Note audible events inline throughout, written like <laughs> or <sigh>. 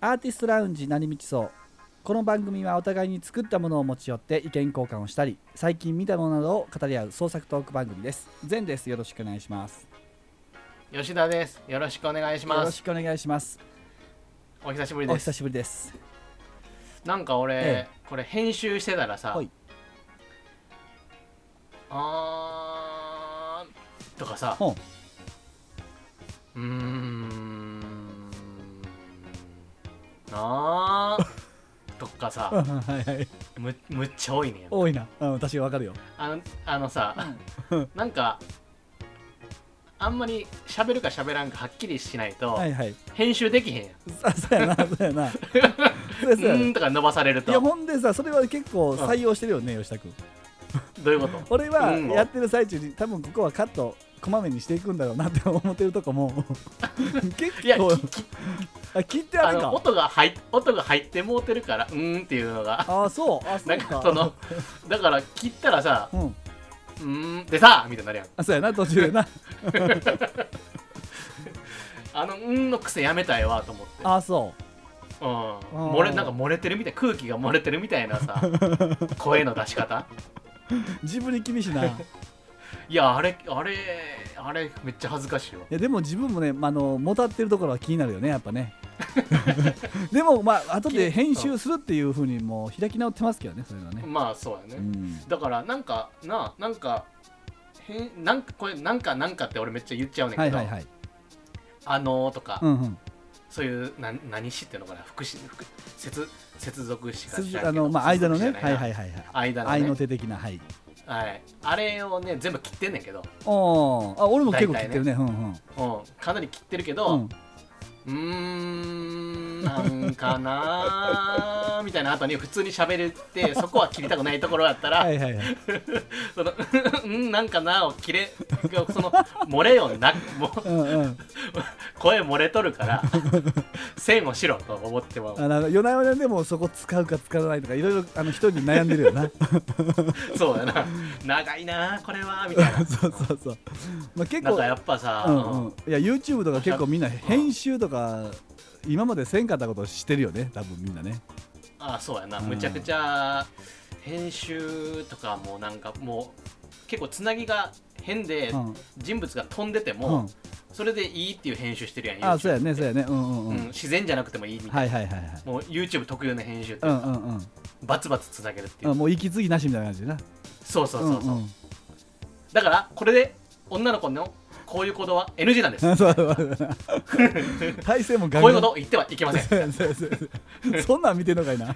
アーティストラウンジ何道そうこの番組はお互いに作ったものを持ち寄って意見交換をしたり最近見たものなどを語り合う創作トーク番組です全ですよろしくお願いします吉田です。よろしくお願いしよまろす。しくお願いしますお久しぶりおです久。しぶりですなんか俺、えこれ編集してたらさ、はいあーんとかさ、ほんうーん、なーんとかさ、はいはいむむっちゃ多いねん多いな、うん、私わかるよあのあのさ、なんか、あんまり喋るか喋らんかはっきりしないと、はいはい編集できへんやん。あそう <laughs> やなそうやなそうやうそうやーんとか伸ばされるいやと、ほんでさそれは結構採用してるよね、吉田君どういうこと俺はうんやってる最中に多分ここはカットこまめにしていくんだろうなって思ってるとこも <laughs> 結いや、構ききあ聞いてああるのか音が入っ音が入ってもうてるからうーんっていうのがああそうあそなうんかかそのだから切ったらさうんうーんでさみたいになるやんあそうやな途中でなあのうーんの癖やめたいわと思ってああそうん漏れなんか漏れてるみたい空気が漏れてるみたい <laughs> なさ声の出し方う自分に厳 <laughs> しいないいやあれあれあれめっちゃ恥ずかしいわやでも自分もね、まあ、あのもたってるところは気になるよねやっぱね <laughs> でもまあ後で編集するっていうふうにもう開き直ってますけどねそういうのはね、まあそうやうねん、だからなんかななんかへんなんかこれなんかなんかって俺めっちゃ言っちゃうねんはけいど、はいはいあのーとか、うんうんそういうな何詞っていうのかな副詞副接接続詞かす知ずらあんけどのまあ間のね接続詞じはいゃなはいいはいはいな間のね愛の手的なはいはいあれをね全部切ってんねんけど、おーあ俺も結構切ってるねうんうんうん、かなり切ってるけうどんうーんなんかなーみたいな後に普通に <laughs> 喋ってそこは切りたくないところだったら、はいはいはいそのうんなんかなーを切れその漏れよなもううんうん声漏れとるから <laughs> 線をしろと思ってもあの夜な夜なでもそこ使うか使わないとかいろいろあの一人で悩んでるよな <laughs> そうだな長いなーこれはみたいなそうそうそう、まあ、結なん構かやっぱさ、うんうん、いや YouTube とか結構みんな編集とか今までせんかったことしてるよね多分みんなねあそうやな、うんむちゃくちゃ編集とかもなんかもう結構つなぎが変で、うん、人物が飛んでてうも、ん、それでいいっていう編集してるやんあそうやねそうや、やねうんうんう、うんん、自然じゃなくてもいいみたいな、はいはいはいはいもう YouTube 特有の編集ってういんうか、うんうんバツバツつなげるっていう、うんもう息継ぎなしみたいな感じでなそうそうそうそう、んんだからこれで女の子のこういう行動は NG なんです <laughs> こそうそうそう体勢もガンういうガこンとを言ってはいけませんそうやそうやそうやそんなん見てんのかいな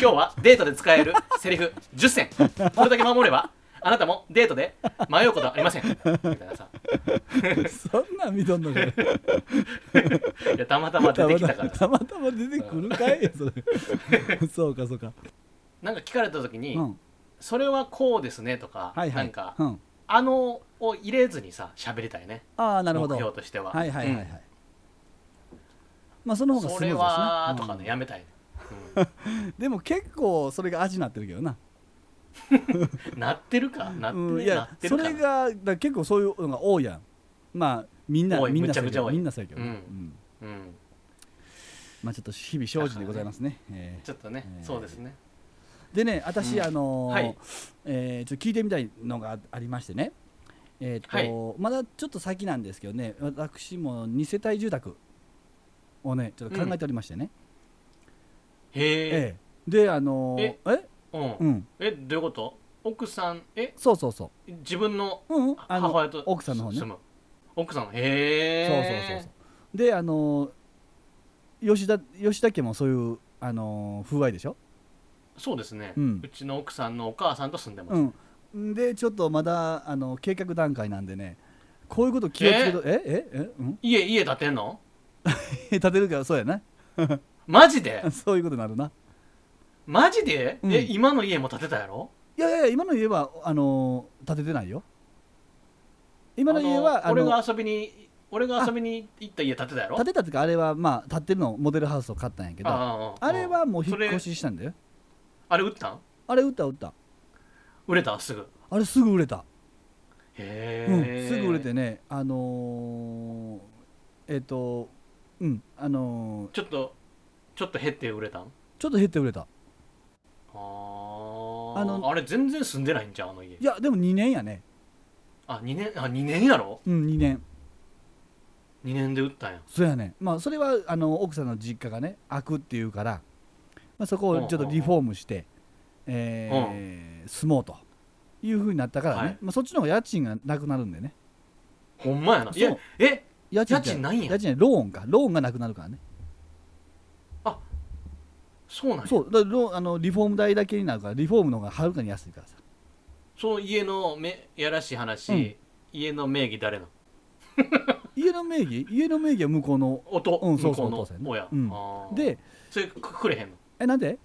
今日はデートで使える <laughs> セリフ10選これだけ守ればあなたもデートで迷うことはありませんみたいなさそんなん見とんのかいいやたまたま出てきたからたまたま出てくるかいそれそうかそうか、なんか聞かれた時に、うん、それはこうですねとか、はいはいなんか、うん、あのを入れずにさ喋りたいねああなるほど目標としてははいはいはいはい、うんまあその方がスムーそズでれすねはとかうねんやめたい、でも結構それが味になってるけどなう <laughs> んなってるかなって,、うんいなやってそるかれがだから結構そういうのが多いやんまあみんな多いみんなむちゃくちゃ多いみんなそうやけどね、うんうんうん、まあちょっと日々精進でございますねえちょっとね、えーそうですねーでね私、うんあのーはいえーちょっと聞いてみたいのがありましてねえーっと、まだちょっと先なんですけどね私も2世帯住宅をねちょっと考えておりましてね、へえええであのーええうんうんえどういうこと奥さんえそうそうそ自分のううんうんあ母の親と奥さんの方ね住む奥さんへそうえそうそうそうであのー吉田吉田家もそういうあのー風合いでしょそうですね、ううんちの奥さんのお母さんと住んでます、うんでちょっとまだあの計画段階なんでねこういうこと気をつけとえええうん家家建てんの立てるからそうやなマジでそういうことになるなマジで、うんえ今の家も建てたやろいやいやいや今の家はあのー立ててないよ今の家はああのの俺が遊びに俺が遊びに行った家建てたやろ建てたっていうかあれはまあ立ってるのモデルハウスを買ったんやけどああれはもう引そっれ越ししたんだよあれ売ったんあれ売った売った売れたすぐあれすぐ売れたへうん、え、すぐ売れてね、あのーえっ、と、うんあのーちょっとちょっと減って売れたんちょっと減って売れたあーあのあれ全然住んでないんじゃんあの家いやでも2年やねあ二年あ二年やろうん2年2年で売ったんやそうやねまあそれはあの奥さんの実家がね開くっていうから、まあ、そこをちょっとリフォームして、えー住もうというふうになったからね、はいまあ、そっちの方が家賃がなくなるんでねほんまやなそういやえ家家賃ないんや家賃ローンかローンがなくなるからねそうなんやそうだからローンあのリフォーム代だけになるからリフォームの方がはるかに安いからさその家のめやらしい話、うん家の名義誰なの家の名義家の名義は向こうのおとうんそう向そこううのお父さんやな親、うんあーでそれくくれへんのえなんで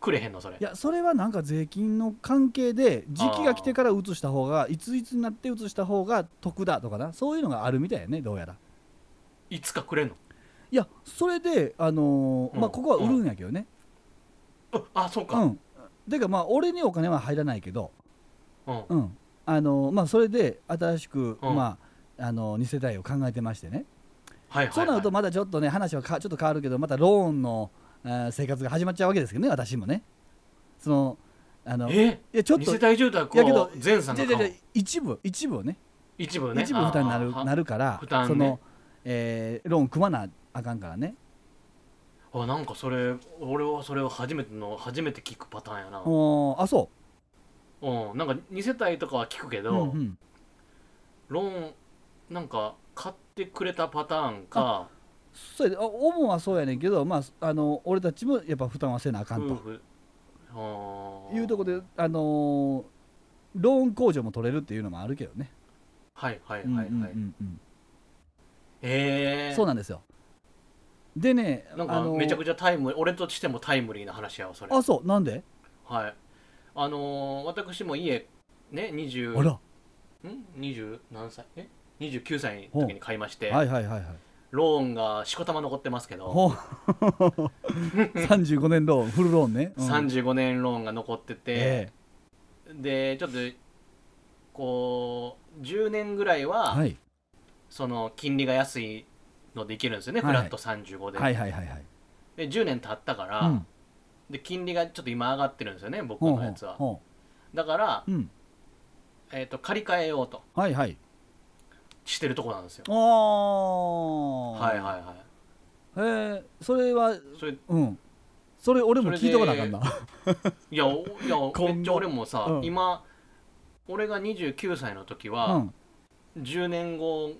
くれへんのそれいやそれはなんか税金の関係で時期が来てから移した方がいついつになって移した方が得だとかなそういうのがあるみたいやねどうやらいつかくれんのいやそれであのーうんまあここは売るんやけどねああそううか、んてかまあ俺にお金は入らないけどうんうんあのーまあそれで新しくうんまああの2世代を考えてましてねはいはい、はい、そうなるとまだちょっとね話はかちょっと変わるけどまたローンのえー生活が始まっちゃうわけですけどね私もねそのあのいえやちょっ二と世帯住宅やけどを全さんじゃがじゃじ買ゃう一部一部をね一部ね一部負担になるあーなるから、負担ねその、えーローン組まなあかんからね、あなんかそれ俺はそれを初めての初めて聞くパターンやなおーあそうんなんか2世帯とかは聞くけう、ど、うんうんローンなんか買ってくれたパターンかそうやであ主はそうやねんけど、まあ、あの俺たちもやっぱ負担はせなあかん夫と婦あーいうところで、あのーローン控除も取れるっていうのもあるけどね、はいはいうんうんはいはい、うんうんええそうなんですよでねなんあかのーめちゃくちゃタイム俺としてもタイムリーな話やわそれあそうなんではいあのー私も家ね20あらん20何歳え29歳の時に買いまして、はいはいはいはいローンがしこたま残ってますけど、ほう <laughs> 35年ローンフルローンね、うん35年ローンが残ってて、えでちょっとこう10年ぐらいえは、はいその金利が安いのでいけるんですよね、はいはいフラット35で,、はいはいはいはいで10年経ったから、うんで金利がちょっと今上がってるんですよね僕ほうのほやうつはほだから、ううんえー、と借り換えようとはいはいしてるとこなんですよああはいはいいはえー、それはいそれいうんそれ俺も聞いとかなあかんなやおいやこんなめっちゃ俺もさ、うん今俺が29歳の時うは、ん10年後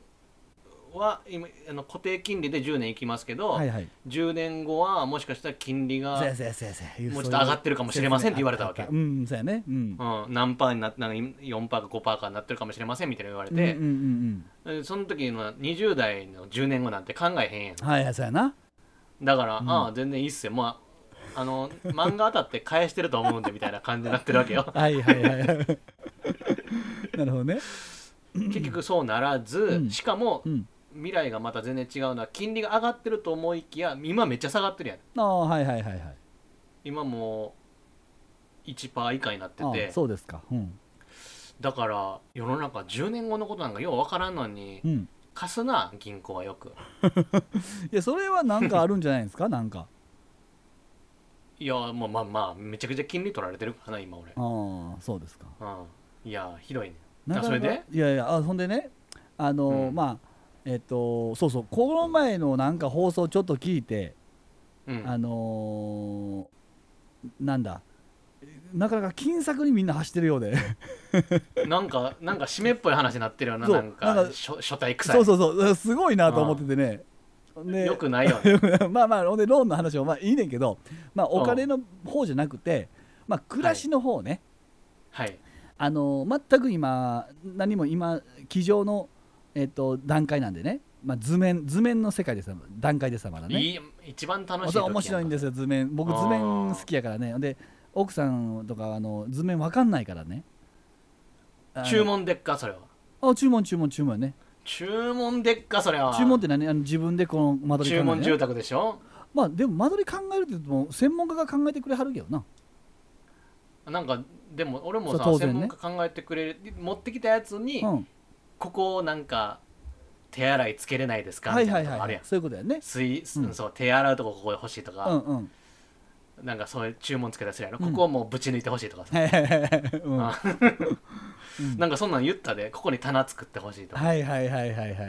は今あの固定金利で10年いきますけど、はいはい10年後はもしかしたら金利がせやせやせやせやもうちょっと上がってるかもしれませんって言われたわけうんそうやねうんうん、何パーになって4パーか5パーかになってるかもしれませんみたいな言われうてん、うんうんでその時の20代の10年後なんて考えへんやんうんはいはいそうやなだから、うんああ全然いいっすよまああの漫画当たって返してると思うんでみたいな感じになってるわけよはいはいはい <laughs> なるほどね結局そうならず、うんしかもうん未来がまた全然違うのは金利が上がってると思いきや今めっちゃ下がってるやんああはいはいはいはい今もう1パー以下になってあてあそうですかうんだから世の中10年後のことなんかようわからんのにうん貸すな銀行はよくいやそれはなんかあるんじゃないですかなんかいやもうまあまあめちゃくちゃ金利取られてるからな今俺ああそうですかうんいやひどいねなかなかあそれいやいやあほんでねあのーうんまあえっとそうそうこの前のなんか放送ちょっと聞いて、うんあのーなんだなかなか金策にみんな走ってるようでなんかなんか締めっぽい話になってるよなそうなんかなんか書書体臭いそうそうそうすごいなと思っててねねよくないよ <laughs> ねまあまあほんでローンの話もまあいいねんけど、まあ、お金の方じゃなくて、まあ、暮らしの方ね、はいあの全く今何も今机上の、えっと段階なんでね、まあ、図面図面の世界です段階ですまだねいい一番楽しいそう面白いんですすよ図面僕あー図面好きやからねで奥さんとかあの図面わかんないからねあの注文でっかそれはあ注文注文注文やね注文でっかそれは注文って何あの自分でこの間取り注考える、文ね、住宅でしょまあでも間取り考えるって言っても専門家が考えてくれはるけどななんかでも俺もそさ、う当然専ね門家考えてくれる持ってきたやつに、うんここをなんか手洗いつけれないですかはみいたはいいなのあはるやいん。そういうことやね水うんうんそう手洗うとこここで欲しいとうんか、うん <laughs> なんかそういう注文つけたりするやろ、うんここをもうぶち抜いてほしいとかさ、うんあうんなんかそんなん言ったでここに棚作ってほしいとか、はいはいはいはいはいは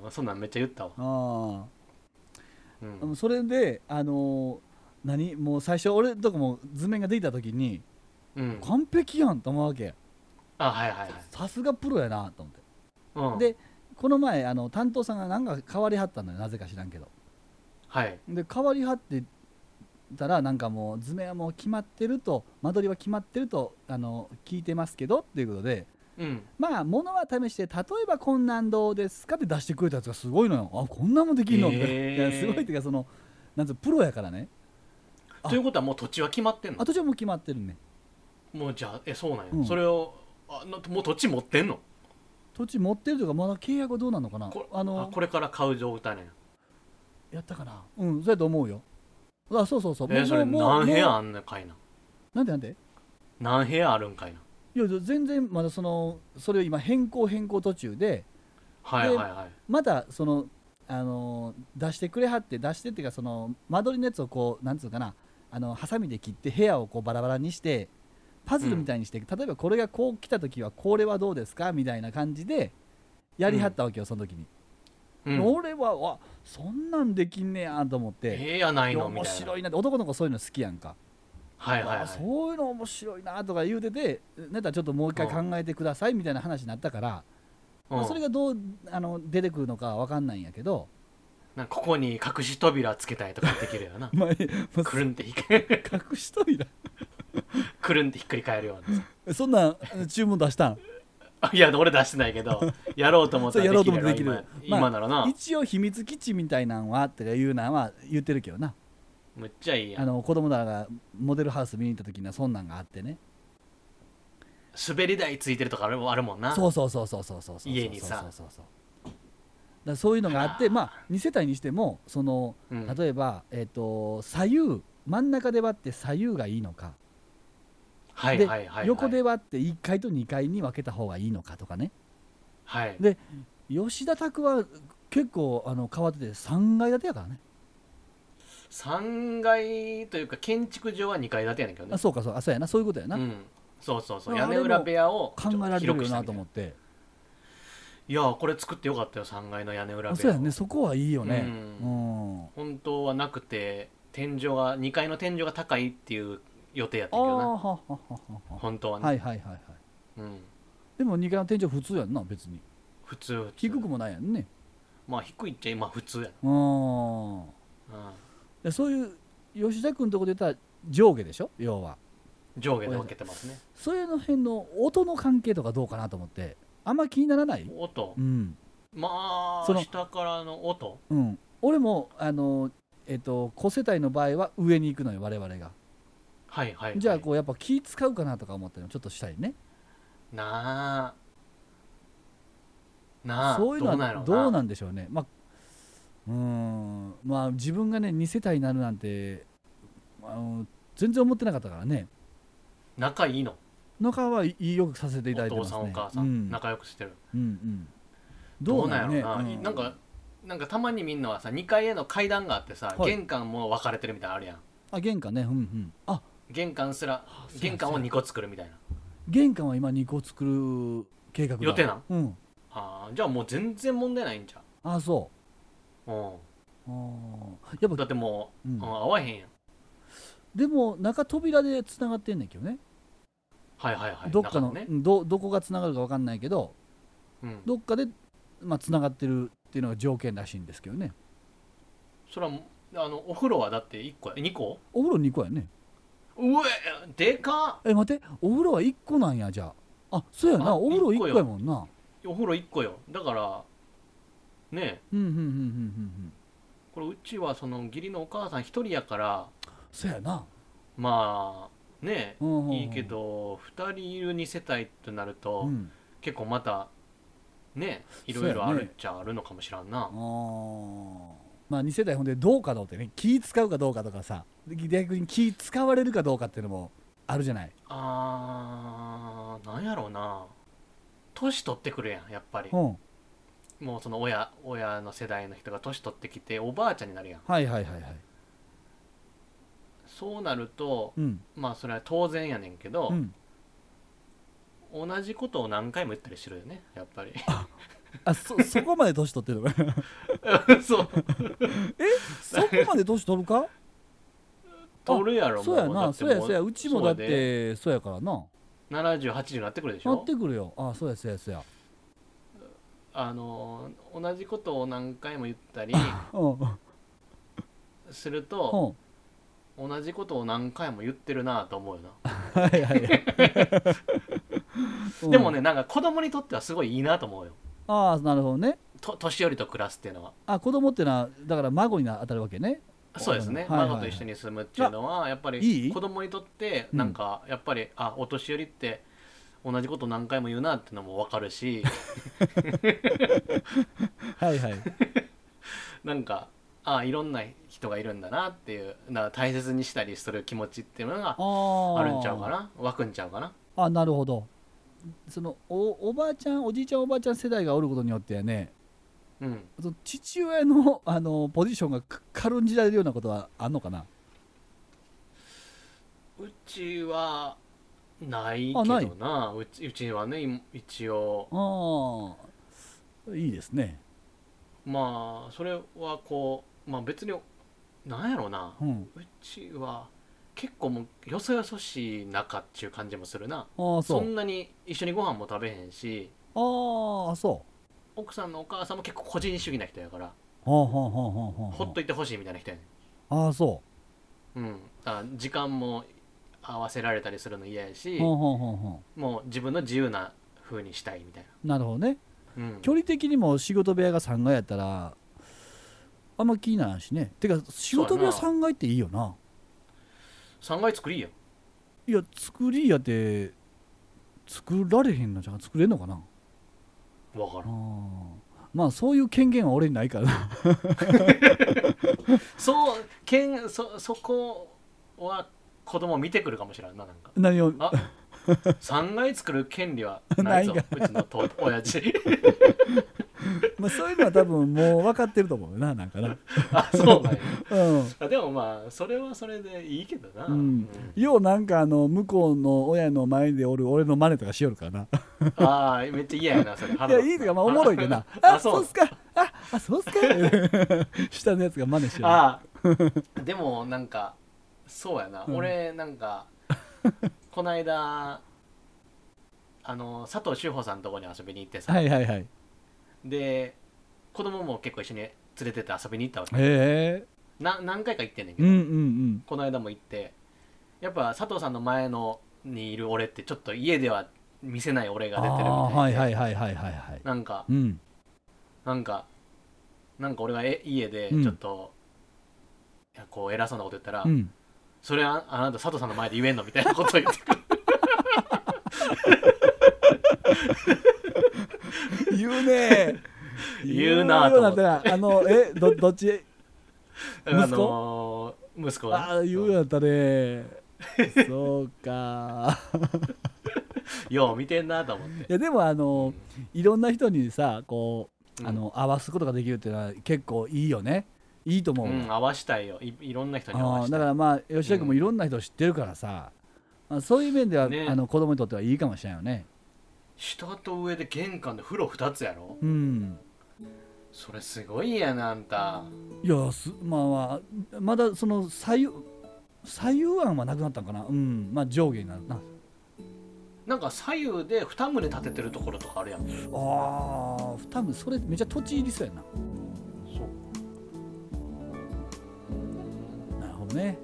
いうん、そんなんめっちゃ言ったわ、あうあん、それであのー何もう最初俺とかも図面ができた時にうん、完璧やんと思うわけあはいはいはい、さすがプロやなと思ってうん、でこの前あの担当さんがなんか変わりはったのよなぜか知らんけどはいで変わりはってたらなんかもう図面はもう決まってると間取りは決まってるとあの聞いてますけどっていうことでうんまあ物は試して例えばこんなんどうですかって出してくれたやつがすごいのよあこんなんもできんの、へーいやすごいっていうかそのなんつうのプロやからねあということはもう土地は決まってんのあ土地はもう決まってるねもうじゃあえそうなんや、うんそれをあなもう土地持ってんの土地持ってるというかまだ契約はどうなのかなこああのこれから買う状態なんややったかなうんそうやと思うよあそうそうそうえもうそれもう何部屋もうあんのかいななんでなんで何部屋あるんかいないや全然まだそのそれを今変更変更途中ではいではいはいまだその、あのー出してくれはって出してっていうかその間取りのやつをこうなんつうのかなあのハサミで切って部屋をこうバラバラにしてパズルみたいにして、例えばこれがこう来た時はこれはどうですかみたいな感じでやりはったわけよ、その時に、うん、俺はわそんなんできんねやと思っ部て、屋ないのみ面たいな白いなって男の子そういうの好きやんか、はいはいはわいそういうの面白いなとか言うててネタちょっともう一回考えてくださいみたいな話になったから、うんそれがどうあの出てくるのかわかんないんやけど、なんかここに隠し扉つけたりとかできるよ <laughs> なまあまあくるんってひっくり隠し扉くるんってひっくり返るようなさそん <laughs> なんあの注文出したんあいや俺出してない <laughs> けどやろうと思ったそらうやろうと思ったらできるやろできる今,、まあ今ならな一応秘密基地みたいなんはとかいうのは言ってるけどなむっちゃいいやあんの子供らがモデルハウス見に行った時にはそんなんがあってね滑り台ついてるとかあるあるもんなそうそうそうそうそうそうそう家にさそうそうそうそうだからそういうのがあってあーまあ2世帯にしてもそのうん、例えば、えっと左右真ん中で割って左右がいいのか、はいはいはい、はい、で横で割って1階と2階に分けた方がいいのかとかねはいで吉田拓は結構あの変わってて3階建てやからね3階というか建築上は2階建てやねんけどねあそうかそうあそうやなそういうことやな、うん、そうそうそうあ屋根あれも裏部屋を考えられるよなと思っってていやこれ作ってよかったよ3階の屋根裏部あ屋そうやねそこはいいよねううん、本当はなくて天井が2階の天井が高いっていう予定やったあんあやけはどなはははは本当はね、はいはいはいはいうん、でも2階の天井普通やんな別に普通普通低くもないやんねまあ低いっちゃ今普通やうんな、でそういう吉田君のとこで言ったら上下でしょ要はうん、上下で分けてますねそういうの辺の音の関係とかどうかなと思ってあんま気にならない音うんまそあの下からの音うん俺もあのえっと子世帯の場合は上に行くのよ我々がはいはい、はい、じゃあこうやっぱ気使うかなとか思ったりもちょっとしたりねうなあなあそういうのはどどううなんやろうななんでしょうね。まあ、うーん、まあ自分がね2世帯になるなんてあの全然思ってなかったからね。仲いいの仲はいいよくさせていただいておま父すさね。んお母さん、うん、仲良くしてるうんうん。どうなんやろうなう、なんかなんかたまにみんなはさ2階への階段があってさ、はい玄関も分かれてるみたいなのあるやんあ玄関ね、うんうん。あ玄関すらそうや玄関を2個作るみたいな玄関は今2個作る計画だ。予定なんうん。あーじゃあもう全然問題ないんじゃあそん、うう。あーやっん、だぱ、ってもうう、うんん、合わへんやんでも中扉でつながってんねんけどね、はいはいはいどっかの中ねうんどどこがつながるかわかんないけどうん、どっかでまあつながってるっていうのが条件らしいんですけどねそれはあのお風呂はだって1個や2個お風呂2個やねうえでかっえ待ってお風呂は1個なんやじゃああそうやなあお風呂1一個個よやもんなお風呂1個よだからねえうんうんうんうんうんうんこれうちはその義理のお母さん1人やからそうやな、まあねえうんうんうんいいけ、ど2人いる2世帯となると、うん、結構またねいろいろあるっちゃあるのかもしらんあな、ーまあ2世代ほんでどうかどうってね気使うかどうかとかさ逆に気使われるかどうかっていうのもあるじゃないあーなんやろうな年取ってくるやんやっぱりうんもうその親親の世代の人が年取ってきておばあちゃんになるやんはいはいはいはいそうなるとうんまあそれは当然やねんけどう、ん同じことを何回も言ったりしろよねやっ <laughs> ぱりあそそこまで年取ってる <laughs> そうそこまで年取る <laughs> か取るやろそうやもうだなってそうもやそうやうちもだってそうやからな7080になってくるでしなっょてくるよあそうやそうやそうやあの同じことを何回も言ったりうんうんするとは同じことを何回も言ってるなと思うよな、いはいはい <laughs> うんでもねなんか子供にとってはすごいいいなと思うよああなるほどねと年寄りと暮らすっていうのはあ子供ってのはだから孫に当たるわけねそうですね、はいはいはい孫と一緒に住むっていうのはやっぱいいり子供にとってなんかやっぱり、あお年寄りって同じこと何回も言うなっていうのも分か <laughs> るしはい <laughs> はいなんかあいろんな人がいるんだなっていうな大切にしたりする気持ちっていうのあがああるんちゃうかな湧くんちゃうかなあなるほどそのおおばあちゃんおじいちゃんおばあちゃん世代がおることによってはねうんその父親のあのポジションがか軽んじられるようなことはあんのかなうちはないけあどないなうちうちはね今一応ああいいですねまあそれはこうまあ別になんやろうなうんうちは結構もうよそよそしい中っちゅう感じもするなああそそうんなに一緒にご飯も食べへんしああそ奥さんのお母さんも結構個人主義な人やからうはあはあはあはあはあほっといてほしいみたいな人やねああそんうんだから時間も合わせられたりするの嫌やしうはあはあはあはあもう自分の自由な風にしたいみたいなるほどねな、うん、距離的にも仕事部屋が3階やったらあんま気にならんしねてか仕事部屋そうや3階っていいよな3階作りやいや作りやって作られへんのじゃん作れんのかなわからあんーまあそういう権限は俺にないから <laughs> なそうけんそそこは子供見てくるかもしれんななん <laughs> か何をあ3階作る権利はないぞないうちのと親父まあそういうのは多分もう分かってると思うよななんかなあそうなんやうんあでもまあそれはそれでいいけどな、うんようなんかあの向こうの親の前でおる俺の真似とかしよるからなうんああめっちゃ嫌やなそれいやいいとかまあおもろいでなああそうそっうすかああそう <laughs> っすか下のやつが真似しよるあ <laughs> あでもなんかそうやな、うん俺なんかこないだあの佐藤修穂さんのとこに遊びに行ってさ、はいはいはいへで子供も結構一緒に連れてって遊びに行ったわけえな何回か行ってんねんけうんど、うんうんこの間も行ってやっぱ佐藤さんの前のにいる俺ってちょっと家では見せない俺が出てるみたあいな、ーはいはいはいはいはいはいなんかうんなんかなんか俺がえ家でうんちょっと、いやこう偉そうなこと言ったら、うんそれはあなた佐藤さんの前で言えんのみたいなこと言ってく <laughs> る言うね言うなと思って言うようになったらあのえ <laughs> どどっち <laughs> 息子あのー息子がねああ言うようになった <laughs> ねそうかよう見てんなと思っていやでもあのいろんな人にさこう、うんあの合わすことができるっていうのは結構いいよねいいと思ううわ、ん、合わしたいよいいろんな人に合あわあしだかたいらまあ吉田君もいろんな人知ってるからさ、まあ、そういう面では、ねあの子供にとってはいいかもしれないよね下と上で玄関で風呂2つやろうんそれすごいやなあんたいやすまあまあまだその左右左右案はなくなったんかなうんまあ上下になるななんか左右で2棟立ててるところとかあるやんああ多分それめっちゃ土地入りそうやなそうなるほどね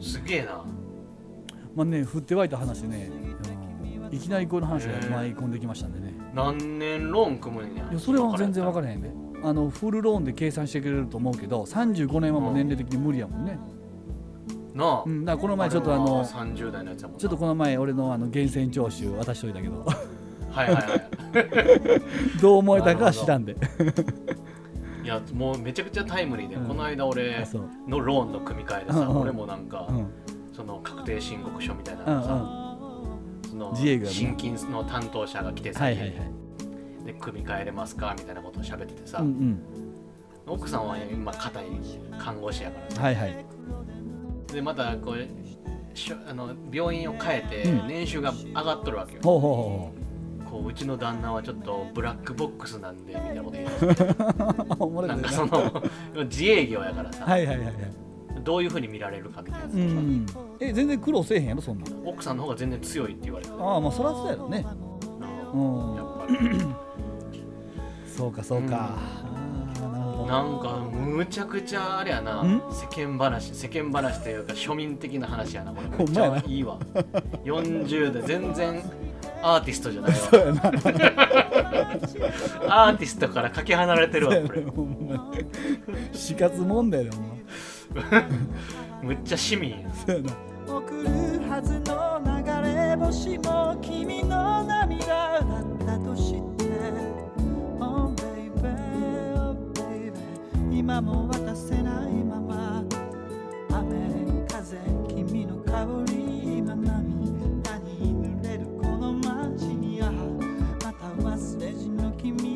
すげえなまあね振って湧いた話でねうんいきなりこの話が舞い込んできましたんでね何年ローン組むんやいやそれは全然分かららへんねあのフルローンで計算してくれると思うけど35年はもう年齢的に無理やもんね、へんなあ、うん、だからこの前ちょっとあれはの30代のやつやもんなちょっとこの前俺のあの源泉徴収渡しといたけど <laughs> はいはいはどう思えたかは知らんでいいやもうめちゃくちゃタイムリーで、うんこの間俺 <laughs> そう、のローンの組み替えでさ、うんうん俺もなんか、うん、その確定申告書みたいなうんうのんさ、はその自営業やもん新金の担当者が来ていさ、はいはいでで組み替えれますかみたいなことを喋っててさ、うんうん奥さんは今硬い看護師やからさはいはいでまたこうしょあの病院を変えてうん年収が上がっとるわけよ、ほうほうほこううちの旦那はちょっとブラックボックスなんでみたいなこと言ううほうおもろいなこんとか言そうなの <laughs> 自営業やからさ、はいはいはいはいどういうふうに見られるかみたいなさ、うんえ全然苦労せえへんやろそんなん奥さんの方が全然強いって言われてるああまあそらそうやろねうんやっぱりそうかそうか、うんああなるほどなんかむちゃくちゃあれやなん世間話世間話というか庶民的な話やなこれ <laughs> めほっんちまやなゃいいわ40で全然アーティストじゃないわそうやな <laughs> アーティストからかけ離れてるわこれほんまに <laughs> 死活問題だよほんまむっちゃ市民やそうやな送るはずの流れ星も君の涙だったとして Oh baby, oh baby 今も渡せないまま雨風君の香り今波に濡れるこの街にあまた忘れじの君